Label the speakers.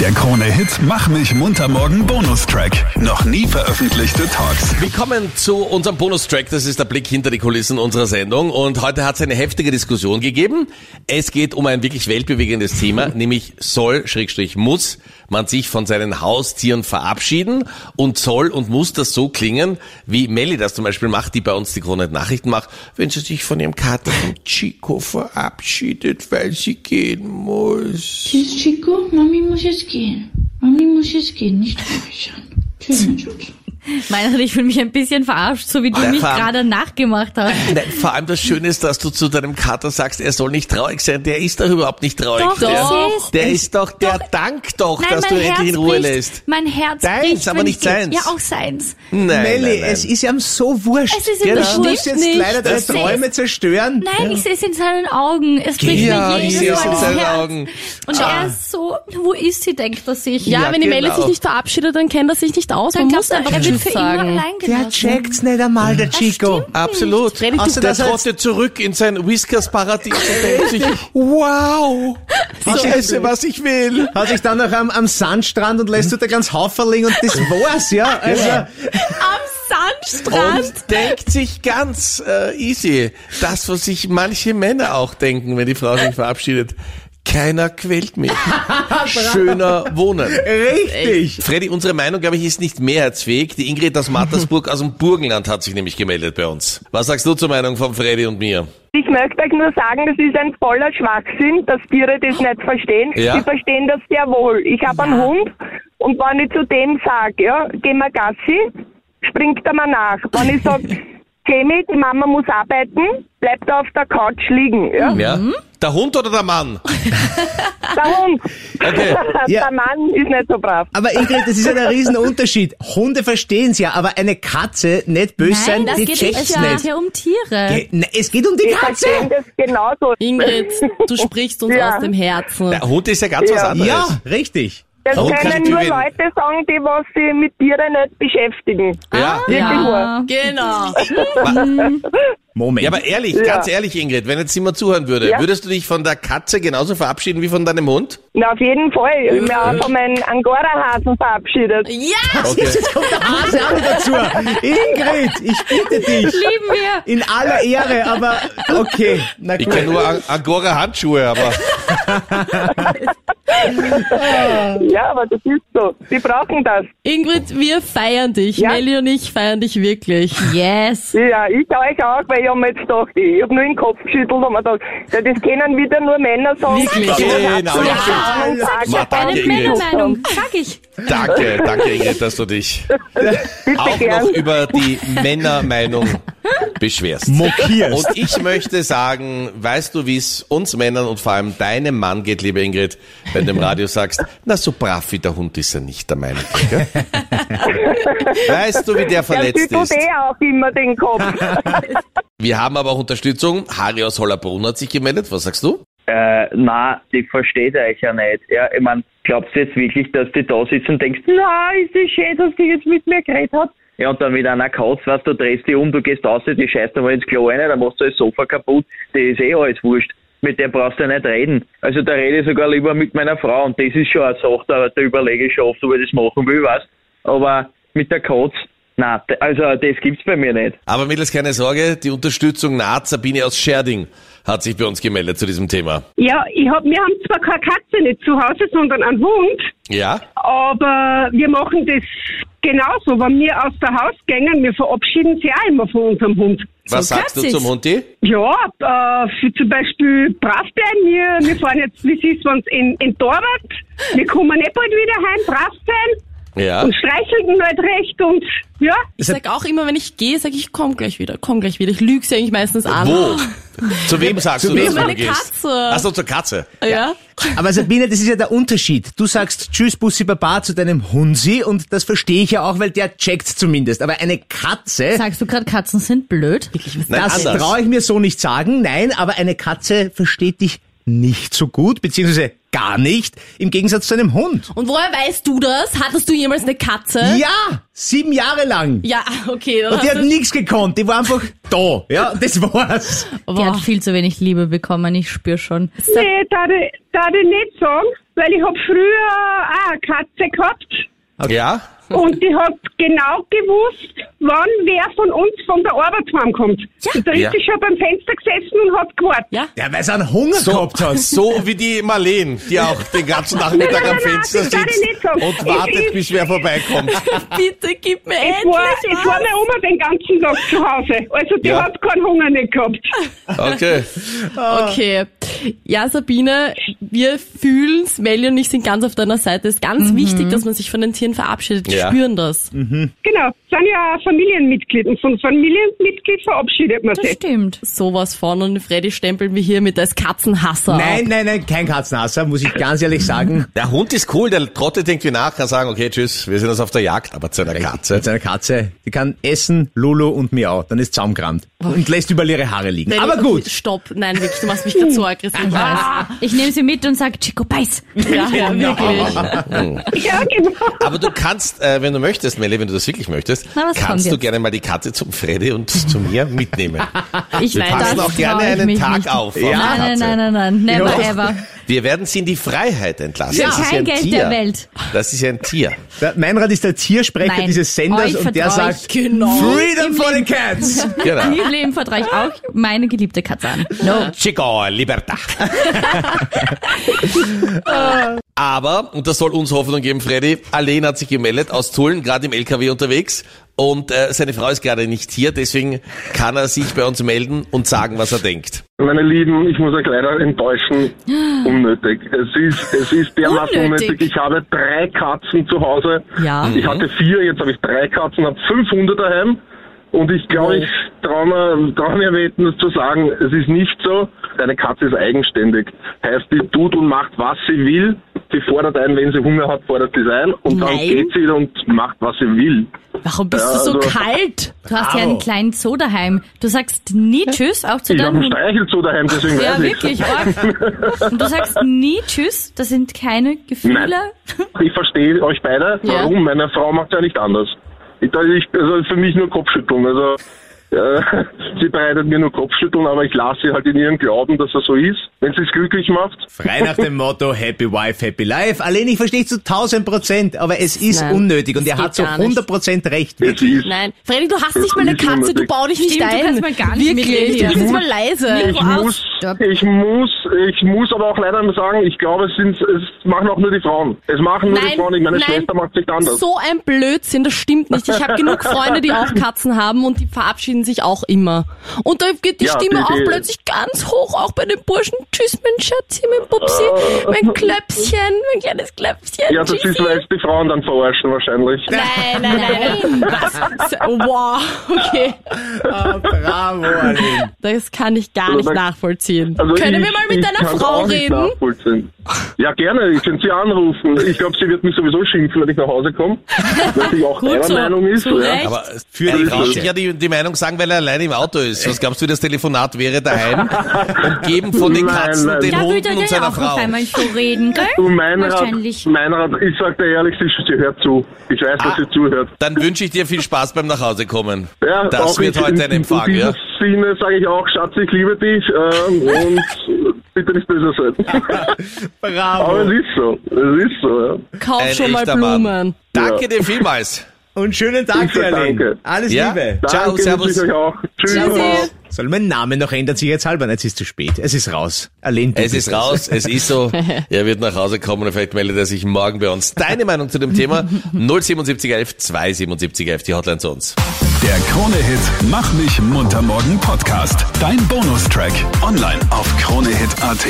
Speaker 1: Der Krone-Hit Mach mich munter morgen Bonustrack. Noch nie veröffentlichte Talks.
Speaker 2: Willkommen zu unserem Bonustrack. Das ist der Blick hinter die Kulissen unserer Sendung. Und heute hat es eine heftige Diskussion gegeben. Es geht um ein wirklich weltbewegendes Thema, nämlich soll, Schrägstrich, muss man sich von seinen Haustieren verabschieden und soll und muss das so klingen, wie Melli das zum Beispiel macht, die bei uns die Krone Nachrichten macht, wenn sie sich von ihrem Kater von Chico verabschiedet, weil sie gehen muss.
Speaker 3: Tschüss, Chico. Mami muss jetzt gehen. Mami muss jetzt gehen, nicht ruhig sein. Tschüss, mein Schatz.
Speaker 4: Meinrad, ich fühle mich ein bisschen verarscht, so wie du
Speaker 2: Nein,
Speaker 4: mich
Speaker 2: vor allem-
Speaker 4: gerade nachgemacht hast.
Speaker 2: Nein, vor allem das Schöne ist, dass du zu deinem Kater sagst, er soll nicht traurig sein. Der ist doch überhaupt nicht traurig.
Speaker 4: Doch,
Speaker 2: der,
Speaker 4: doch. ist-
Speaker 2: der ist doch, der dankt doch, dass du endlich in Ruhe
Speaker 4: bricht,
Speaker 2: lässt.
Speaker 4: Mein Herz
Speaker 2: Deins, Hm.
Speaker 4: bricht,
Speaker 2: aber
Speaker 4: wenn
Speaker 2: nicht
Speaker 4: ich gehe.
Speaker 2: seins.
Speaker 4: Ja, auch seins.
Speaker 2: Nein, nein,
Speaker 5: Melli,
Speaker 2: nein.
Speaker 5: es ist ihm so wurscht.
Speaker 4: Es ist ihm
Speaker 5: du
Speaker 4: bestimmt
Speaker 5: musst jetzt
Speaker 4: nicht.
Speaker 5: leider deine
Speaker 4: Das ist-
Speaker 5: Träume zerstören.
Speaker 4: Nein, ich sehe es in seinen Augen. Es bricht
Speaker 2: Ja,
Speaker 4: mir
Speaker 2: ich
Speaker 4: jedes
Speaker 2: sehe es
Speaker 4: Mal
Speaker 2: in
Speaker 4: ins
Speaker 2: seinen
Speaker 4: Herz.
Speaker 2: Augen. Ah.
Speaker 4: Und er ist so, wo ist sie, denkt er sich.
Speaker 6: Ja,
Speaker 2: Ja,
Speaker 6: wenn die Melli
Speaker 2: genau.
Speaker 6: sich nicht verabschiedet, dann kennt er sich nicht aus.
Speaker 4: dann
Speaker 6: Man
Speaker 4: glaubt
Speaker 6: muss
Speaker 4: er,
Speaker 6: einfach
Speaker 4: er wird
Speaker 6: Tschüss
Speaker 4: für immer
Speaker 6: sagen.
Speaker 4: allein
Speaker 5: Der
Speaker 4: gelassen.
Speaker 5: checkt's nicht einmal, der Chico.
Speaker 2: Absolut.
Speaker 6: Freddy, du-
Speaker 2: Außer der
Speaker 5: das heißt-
Speaker 2: trottet zurück in sein Whiskers-Paradies und denkt sich, wow, ich esse, was ich will.
Speaker 5: Hat sich dann noch am, am Sandstrand und lässt du da ganz Hauferling und das war's, ja? Also,
Speaker 4: Am Sandstrand.
Speaker 2: Und denkt sich ganz äh, easy, das, was sich manche Männer auch denken, wenn die Frau sich verabschiedet. Keiner quält mich. Schöner wohnen.
Speaker 5: richtig.
Speaker 2: Freddy, unsere Meinung, glaube ich, ist nicht mehrheitsfähig. Die Ingrid aus Mattersburg aus dem Burgenland hat sich nämlich gemeldet bei uns. Was sagst du zur Meinung von Freddy und mir?
Speaker 7: Ich möchte euch nur sagen, das ist ein voller Schwachsinn, dass Tiere das nicht verstehen.
Speaker 2: Ja.
Speaker 7: Sie verstehen das sehr wohl. Ich habe einen Hund und wenn ich zu dem sage, ja, geh mal Gassi, springt er mir nach. Wenn ich sage, geh mit, die Mama muss arbeiten, bleibt er auf der Couch liegen. Ja?
Speaker 2: Ja? Der Hund oder der Mann?
Speaker 7: Der Hund,
Speaker 2: Okay.
Speaker 5: Ja.
Speaker 7: der Mann ist nicht so brav.
Speaker 5: Aber Ingrid, das ist ja der Riesenunterschied. Hunde verstehen's ja, aber eine Katze, nicht böse
Speaker 4: Nein,
Speaker 5: sein,
Speaker 4: das
Speaker 5: die
Speaker 4: geht
Speaker 5: checkt's
Speaker 4: ja
Speaker 2: ne?
Speaker 5: nicht.
Speaker 4: ja um Tiere.
Speaker 5: Ge- Nein, es geht um die
Speaker 7: Die
Speaker 5: Katze.
Speaker 7: verstehen das genauso.
Speaker 6: Ingrid, du sprichst uns
Speaker 7: Ja.
Speaker 6: aus dem Herzen.
Speaker 2: Der Hund ist ja ganz was
Speaker 7: Ja.
Speaker 2: anderes.
Speaker 5: Ja, richtig.
Speaker 7: Das
Speaker 2: Hund kann
Speaker 7: können
Speaker 2: ich
Speaker 7: nur
Speaker 2: gewinnen.
Speaker 7: Leute sagen, die was sich mit Tieren nicht beschäftigen.
Speaker 2: Ja.
Speaker 4: Ah.
Speaker 7: Wirklich nur.
Speaker 4: Ja.
Speaker 6: Genau.
Speaker 5: Moment.
Speaker 2: Ja, aber ehrlich, ganz ehrlich, Ingrid, wenn jetzt jemand zuhören würde,
Speaker 7: Ja.
Speaker 2: würdest du dich von der Katze genauso verabschieden wie von deinem Hund?
Speaker 7: Na, auf jeden Fall. Ich habe mich auch von meinem Angora-Hasen verabschiedet.
Speaker 6: Ja!
Speaker 2: Okay.
Speaker 5: Jetzt kommt der Hase auch noch dazu. Ingrid, ich bitte dich.
Speaker 4: Lieben wir.
Speaker 5: In aller Ehre, aber okay. Na
Speaker 2: Ich
Speaker 5: gut.
Speaker 2: kenne nur Ang- Angora-Handschuhe, aber
Speaker 7: Ja, aber das ist so. Die brauchen das.
Speaker 6: Ingrid, wir feiern dich.
Speaker 7: Ja.
Speaker 6: Melli und ich feiern dich wirklich.
Speaker 4: Yes.
Speaker 7: Ja, ich euch auch, weil ich hab mir jetzt gedacht, ich hab nur den Kopf geschüttelt und mir gedacht, ja, das können wieder nur Männer sagen.
Speaker 6: Wirklich?
Speaker 2: Genau,
Speaker 7: Ja,
Speaker 2: ja,
Speaker 7: stimmt.
Speaker 2: Sag ja,
Speaker 7: Sag
Speaker 2: danke,
Speaker 4: Eine
Speaker 7: ja,
Speaker 2: Ingrid.
Speaker 4: Männermeinung, sag ich.
Speaker 2: danke, danke, Ingrid, dass du dich auch
Speaker 7: Bitte
Speaker 2: noch
Speaker 7: gern.
Speaker 2: über die Männermeinung beschwerst.
Speaker 5: Mokierst.
Speaker 2: Und ich möchte sagen, weißt du, wie es uns Männern und vor allem deinem Mann geht, liebe Ingrid, wenn du im Radio sagst, na so brav wie der Hund ist er nicht, der meine ich, gell? Weißt du, wie der
Speaker 7: Der
Speaker 2: verletzt
Speaker 7: schüttelt
Speaker 2: ist?
Speaker 7: eh auch immer den Kopf.
Speaker 2: Wir haben aber auch Unterstützung. Harry aus Hollerbrunn hat sich gemeldet. Was sagst du?
Speaker 8: äh, na, die versteht euch ja nicht. Ja, ich mein, glaubst du jetzt wirklich, dass die da sitzt und denkst, na, ist das schön, dass die jetzt mit mir geredet hat? Ja, und dann wieder einer kotzt, weißt du, drehst die um, du gehst raus, die scheißt einmal ins Klo rein, dann machst du das Sofa kaputt, die ist eh alles wurscht. Mit der brauchst du nicht reden. Also da rede ich sogar lieber mit meiner Frau und das ist schon eine Sache, da, da überlege ich schon oft, ob ich das machen will, weißt Aber mit der Kotz, na, also das gibt's bei mir nicht.
Speaker 2: Aber Mädels, keine Sorge, die Unterstützung naht. Sabine aus Scherding hat sich bei uns gemeldet zu diesem Thema.
Speaker 9: Ja, ich hab, wir haben zwar keine Katze nicht zu Hause, sondern einen Hund,
Speaker 2: Ja?
Speaker 9: aber wir machen das genauso. Wenn wir aus der Haus gehen, wir verabschieden sie auch immer von unserem Hund.
Speaker 2: Was sagst du
Speaker 4: klassisch.
Speaker 2: zum Hundi?
Speaker 9: Ja, äh, für zum Beispiel brav sein, wir, wir fahren jetzt, wie es ist, wenn es in, in Torwart, wir kommen eh bald wieder heim, brav sein
Speaker 2: Ja.
Speaker 9: und streicheln ihn halt recht und ja,
Speaker 6: Ich sag auch immer, wenn ich gehe, sag ich, komm gleich wieder, komm gleich wieder. Ich lüge sie eigentlich meistens an.
Speaker 2: Wo? Zu wem sagst du das,
Speaker 6: wem?
Speaker 2: wenn du
Speaker 6: Meine
Speaker 2: gehst?
Speaker 6: Katze.
Speaker 2: Achso, zur Katze.
Speaker 6: Ja?
Speaker 5: Aber Sabine, das ist ja der Unterschied. Du sagst Tschüss, Bussi Baba zu deinem Hunsi und das verstehe ich ja auch, weil der checkt zumindest. Aber eine Katze,
Speaker 4: Sagst du gerade, Katzen sind blöd?
Speaker 2: Nein,
Speaker 5: das
Speaker 2: anders.
Speaker 5: traue ich mir so nicht sagen. Nein, aber eine Katze versteht dich nicht so gut, beziehungsweise gar nicht, im Gegensatz zu einem Hund.
Speaker 6: Und woher weißt du das? Hattest du jemals eine Katze?
Speaker 5: Ja, sieben Jahre lang.
Speaker 6: Ja, okay. Dann
Speaker 5: Und die
Speaker 6: hast
Speaker 5: hat
Speaker 6: du-
Speaker 5: nichts gekonnt, die war einfach da. Ja, das war's.
Speaker 4: Die
Speaker 6: Boah.
Speaker 4: hat viel zu wenig Liebe bekommen, ich spür schon.
Speaker 7: Nee, da darf ich nicht sagen, weil ich hab früher auch eine Katze gehabt
Speaker 2: Ja?
Speaker 7: und die hat genau gewusst, wann wer von uns von der Arbeit heimkommt. Ja. Und da ist
Speaker 2: Ja.
Speaker 7: sie schon beim Fenster gesessen und hat gewartet.
Speaker 6: Ja.
Speaker 5: Ja, weil sie einen Hunger gehabt hat.
Speaker 10: So wie die Marleen, die auch den ganzen
Speaker 7: Nein,
Speaker 10: Nachmittag
Speaker 7: nein,
Speaker 10: am
Speaker 7: nein, nein,
Speaker 10: Fenster
Speaker 7: das kann ich
Speaker 10: sitzt
Speaker 7: nicht sagen.
Speaker 10: und
Speaker 7: Ich-
Speaker 10: wartet,
Speaker 7: ich-
Speaker 10: bis wer vorbeikommt.
Speaker 6: Bitte gib mir
Speaker 7: Es
Speaker 6: endlich
Speaker 7: war,
Speaker 6: was.
Speaker 7: es war meine Oma den ganzen Tag zu Hause. Also die
Speaker 2: Ja.
Speaker 7: hat keinen Hunger nicht gehabt.
Speaker 2: Okay.
Speaker 6: Okay. Ja, Sabine, wir fühlen's. Melly und ich sind ganz auf deiner Seite. ist ganz wichtig, dass man sich von den Tieren verabschiedet. Die
Speaker 2: Ja.
Speaker 6: spüren das.
Speaker 7: Genau, sind ja auch Familienmitglied. Und von Familienmitglied verabschiedet man
Speaker 4: Das
Speaker 7: sich.
Speaker 4: stimmt.
Speaker 6: Sowas von und Freddy stempeln wir hier mit als Katzenhasser.
Speaker 5: Nein, nein, nein, kein Katzenhasser, muss ich ganz ehrlich sagen.
Speaker 10: Der Hund ist cool, der Trotte denkt wie nach, kann sagen, okay, tschüss, wir sind jetzt auf der Jagd, aber zu einer Katze.
Speaker 5: Mit seiner Katze. Die kann essen, Lulu und miau. Dann ist zusammengerammt. Und lässt überall ihre Haare liegen.
Speaker 6: Melly,
Speaker 5: Aber gut.
Speaker 6: Stopp. Nein, wirklich, du machst mich gerade so aggressiv. Ich weiß.
Speaker 4: Ich nehme sie mit und sag, Chico, beiß.
Speaker 6: Ja, ja, wirklich.
Speaker 7: Ja, genau.
Speaker 10: Aber du kannst, äh, wenn du möchtest, Melli, wenn du das wirklich möchtest,
Speaker 4: Na, was kommt
Speaker 10: kannst du
Speaker 4: jetzt?
Speaker 10: gerne mal die Katze zum Freddy und zu mir mitnehmen.
Speaker 4: Ich
Speaker 10: Wir
Speaker 4: weiß,
Speaker 10: passen
Speaker 4: das
Speaker 10: auch gerne
Speaker 4: trau ich
Speaker 10: einen
Speaker 4: mich
Speaker 10: Tag
Speaker 4: nicht.
Speaker 10: auf. auf die
Speaker 4: Nein, nein,
Speaker 10: Katze.
Speaker 4: nein, nein, nein, never
Speaker 5: Ja.
Speaker 4: ever.
Speaker 10: Wir werden sie in die Freiheit entlassen.
Speaker 5: Ja.
Speaker 10: Das ist ja
Speaker 4: Kein
Speaker 10: ein
Speaker 4: Geld
Speaker 10: Tier.
Speaker 4: der Welt.
Speaker 10: Das ist ja ein Tier.
Speaker 5: Der Meinrad ist der Tiersprecher
Speaker 4: Nein.
Speaker 5: dieses Senders
Speaker 4: Euch
Speaker 5: und der
Speaker 4: vertrau ich
Speaker 5: sagt,
Speaker 6: genau.
Speaker 5: Freedom for the Cats.
Speaker 10: Genau.
Speaker 4: Im Leben vertraue ich auch meine geliebte Katze an.
Speaker 10: No. Chico, Libertad.
Speaker 2: Aber, und das soll uns Hoffnung geben, Freddy, Alain hat sich gemeldet aus Tulln, gerade im LKW unterwegs. Und äh, seine Frau ist gerade nicht hier, deswegen kann er sich bei uns melden und sagen, was er denkt.
Speaker 8: Meine Lieben, ich muss euch leider enttäuschen. Unnötig. Es ist, es ist dermaßen
Speaker 6: Unnötig. Ah.
Speaker 8: unnötig. Ich habe drei Katzen zu Hause.
Speaker 6: Ja.
Speaker 8: Ich hatte vier, jetzt habe ich drei Katzen, habe 500 daheim. Und ich glaube, ich traue mir, trau mir wetten, das zu sagen, es ist nicht so. Deine Katze ist eigenständig. Heißt, die tut und macht, was sie will. Die fordert ein, wenn sie Hunger hat, fordert sie es ein. Und dann
Speaker 6: Nein.
Speaker 8: geht sie und macht, was sie will.
Speaker 6: Warum bist
Speaker 8: Ja,
Speaker 6: du so
Speaker 8: also-
Speaker 6: kalt?
Speaker 4: Du hast ja einen kleinen Zoo daheim. Du sagst nie Tschüss, auch zu
Speaker 8: Ich habe
Speaker 4: deinem
Speaker 8: einen
Speaker 4: Hund.
Speaker 8: Streichelzoo daheim, deswegen
Speaker 4: Ja,
Speaker 8: weiß ich.
Speaker 4: wirklich, arg. Und du sagst nie Tschüss, das sind keine Gefühle.
Speaker 8: Ich verstehe euch beide.
Speaker 6: Ja.
Speaker 8: Warum? Meine Frau macht ja nicht anders. Ich, da- ich, also für mich nur Kopfschütteln. Also äh, sie bereitet mir nur Kopfschütteln, aber ich lasse sie halt in ihren Glauben, dass er so ist. Wenn sie es glücklich macht,
Speaker 5: Frei nach dem Motto Happy Wife, Happy Life. Allein ich verstehe es zu 1000 Prozent, aber es ist
Speaker 6: Nein,
Speaker 5: unnötig und
Speaker 6: das
Speaker 5: er hat
Speaker 6: geht
Speaker 5: so
Speaker 6: gar nicht.
Speaker 5: 100 Prozent recht.
Speaker 8: es ist.
Speaker 6: Nein. Freddy, du hast nicht mal eine
Speaker 8: Das ist
Speaker 6: Katze, du
Speaker 8: unnötig.
Speaker 6: bau dich nicht
Speaker 4: Stimmt, du
Speaker 6: ein.
Speaker 4: kannst mal gar nicht mitreden
Speaker 6: Wirklich,
Speaker 4: hier.
Speaker 6: du bist mal leise.
Speaker 8: Ich muss,
Speaker 4: Stopp.
Speaker 8: ich muss, ich muss aber auch leider sagen, ich glaube, es, sind, es machen auch nur die Frauen. Es machen nur die Frauen. Ich meine Schwester macht sich anders.
Speaker 6: So ein Blödsinn, das stimmt nicht. Ich habe genug Freunde, die auch Katzen haben und die verabschieden sich auch immer. Und da geht die
Speaker 8: Ja,
Speaker 6: Stimme
Speaker 8: die-
Speaker 6: auch
Speaker 8: die-
Speaker 6: plötzlich ganz hoch, auch bei den Burschen. Tschüss, mein Schatzi, mein Pupsi, mein Klöpschen, mein kleines Klöpschen.
Speaker 8: Ah. Ja, das
Speaker 6: Tschüssi.
Speaker 8: ist, weil es die Frauen dann verarschen wahrscheinlich.
Speaker 6: Nein, nein, nein. Was? Wow, okay.
Speaker 5: Ah, bravo, Aline.
Speaker 6: Das kann ich gar nicht
Speaker 8: Also,
Speaker 6: nachvollziehen.
Speaker 8: Also
Speaker 6: Können
Speaker 8: ich,
Speaker 6: wir mal mit
Speaker 8: ich
Speaker 6: deiner
Speaker 8: kann's
Speaker 6: Frau
Speaker 8: auch nicht
Speaker 6: reden?
Speaker 8: nachvollziehen. Ja, gerne. Ich könnte sie anrufen. Ich glaube, sie wird mich sowieso schimpfen, wenn ich nach Hause komme. Weil sie auch
Speaker 6: Gut
Speaker 8: ihrer
Speaker 6: so.
Speaker 8: Meinung ist.
Speaker 6: Zu
Speaker 8: ja.
Speaker 6: Recht.
Speaker 2: Aber
Speaker 5: Für
Speaker 2: für
Speaker 5: die
Speaker 2: die Frau
Speaker 5: Küche.
Speaker 2: ja die, die Meinung sagen, weil er allein im Auto ist. Was glaubst du, wie das Telefonat wäre daheim? Umgeben von den
Speaker 8: Nein,
Speaker 2: Katzen,
Speaker 8: nein.
Speaker 2: den
Speaker 4: Da würde
Speaker 2: Hunden
Speaker 4: er
Speaker 2: und
Speaker 4: ja
Speaker 2: seiner
Speaker 4: auch
Speaker 2: Frau.
Speaker 4: noch einmal so reden, gell?
Speaker 8: Du, mein Rat,
Speaker 4: Wahrscheinlich.
Speaker 8: mein Rat, ich sag dir ehrlich, sie, sie hört zu. Ich weiß, dass
Speaker 2: Ah.
Speaker 8: sie zuhört.
Speaker 2: Dann wünsche ich dir viel Spaß beim Nachhausekommen.
Speaker 8: Ja,
Speaker 2: das
Speaker 8: auch
Speaker 2: wird
Speaker 8: ich, in-
Speaker 2: heute ein Empfang,
Speaker 8: In
Speaker 2: ja.
Speaker 8: diesem Sinne sage ich auch, Schatz, ich liebe dich ähm, und bitte nicht böse sein. Aber
Speaker 5: Bravo.
Speaker 8: es ist so, es ist so. Ja.
Speaker 6: Kauf
Speaker 2: Ein
Speaker 6: schon mal
Speaker 2: echter
Speaker 6: Blumen.
Speaker 2: Mann. Danke dir vielmals.
Speaker 5: Und schönen Tag
Speaker 8: Ich
Speaker 5: dir, Aline.
Speaker 8: danke.
Speaker 5: Alles
Speaker 2: Ja.
Speaker 5: Liebe.
Speaker 2: Ciao,
Speaker 8: Danke, wünsche
Speaker 2: servus.
Speaker 8: Ich euch auch. Tschüss.
Speaker 6: Tschüssi.
Speaker 5: Soll mein Name noch ändern sich jetzt halber? Nein, Es ist zu spät. Es ist raus. Aline, du
Speaker 2: Es ist
Speaker 5: bist es.
Speaker 2: raus, es ist so. Er wird nach Hause kommen und vielleicht meldet er sich morgen bei uns. Deine Meinung zu dem Thema 07711 27711, die Hotline zu uns.
Speaker 1: Der Krone-Hit Mach mich munter morgen Podcast. Dein Bonustrack. Online auf kronehit.at.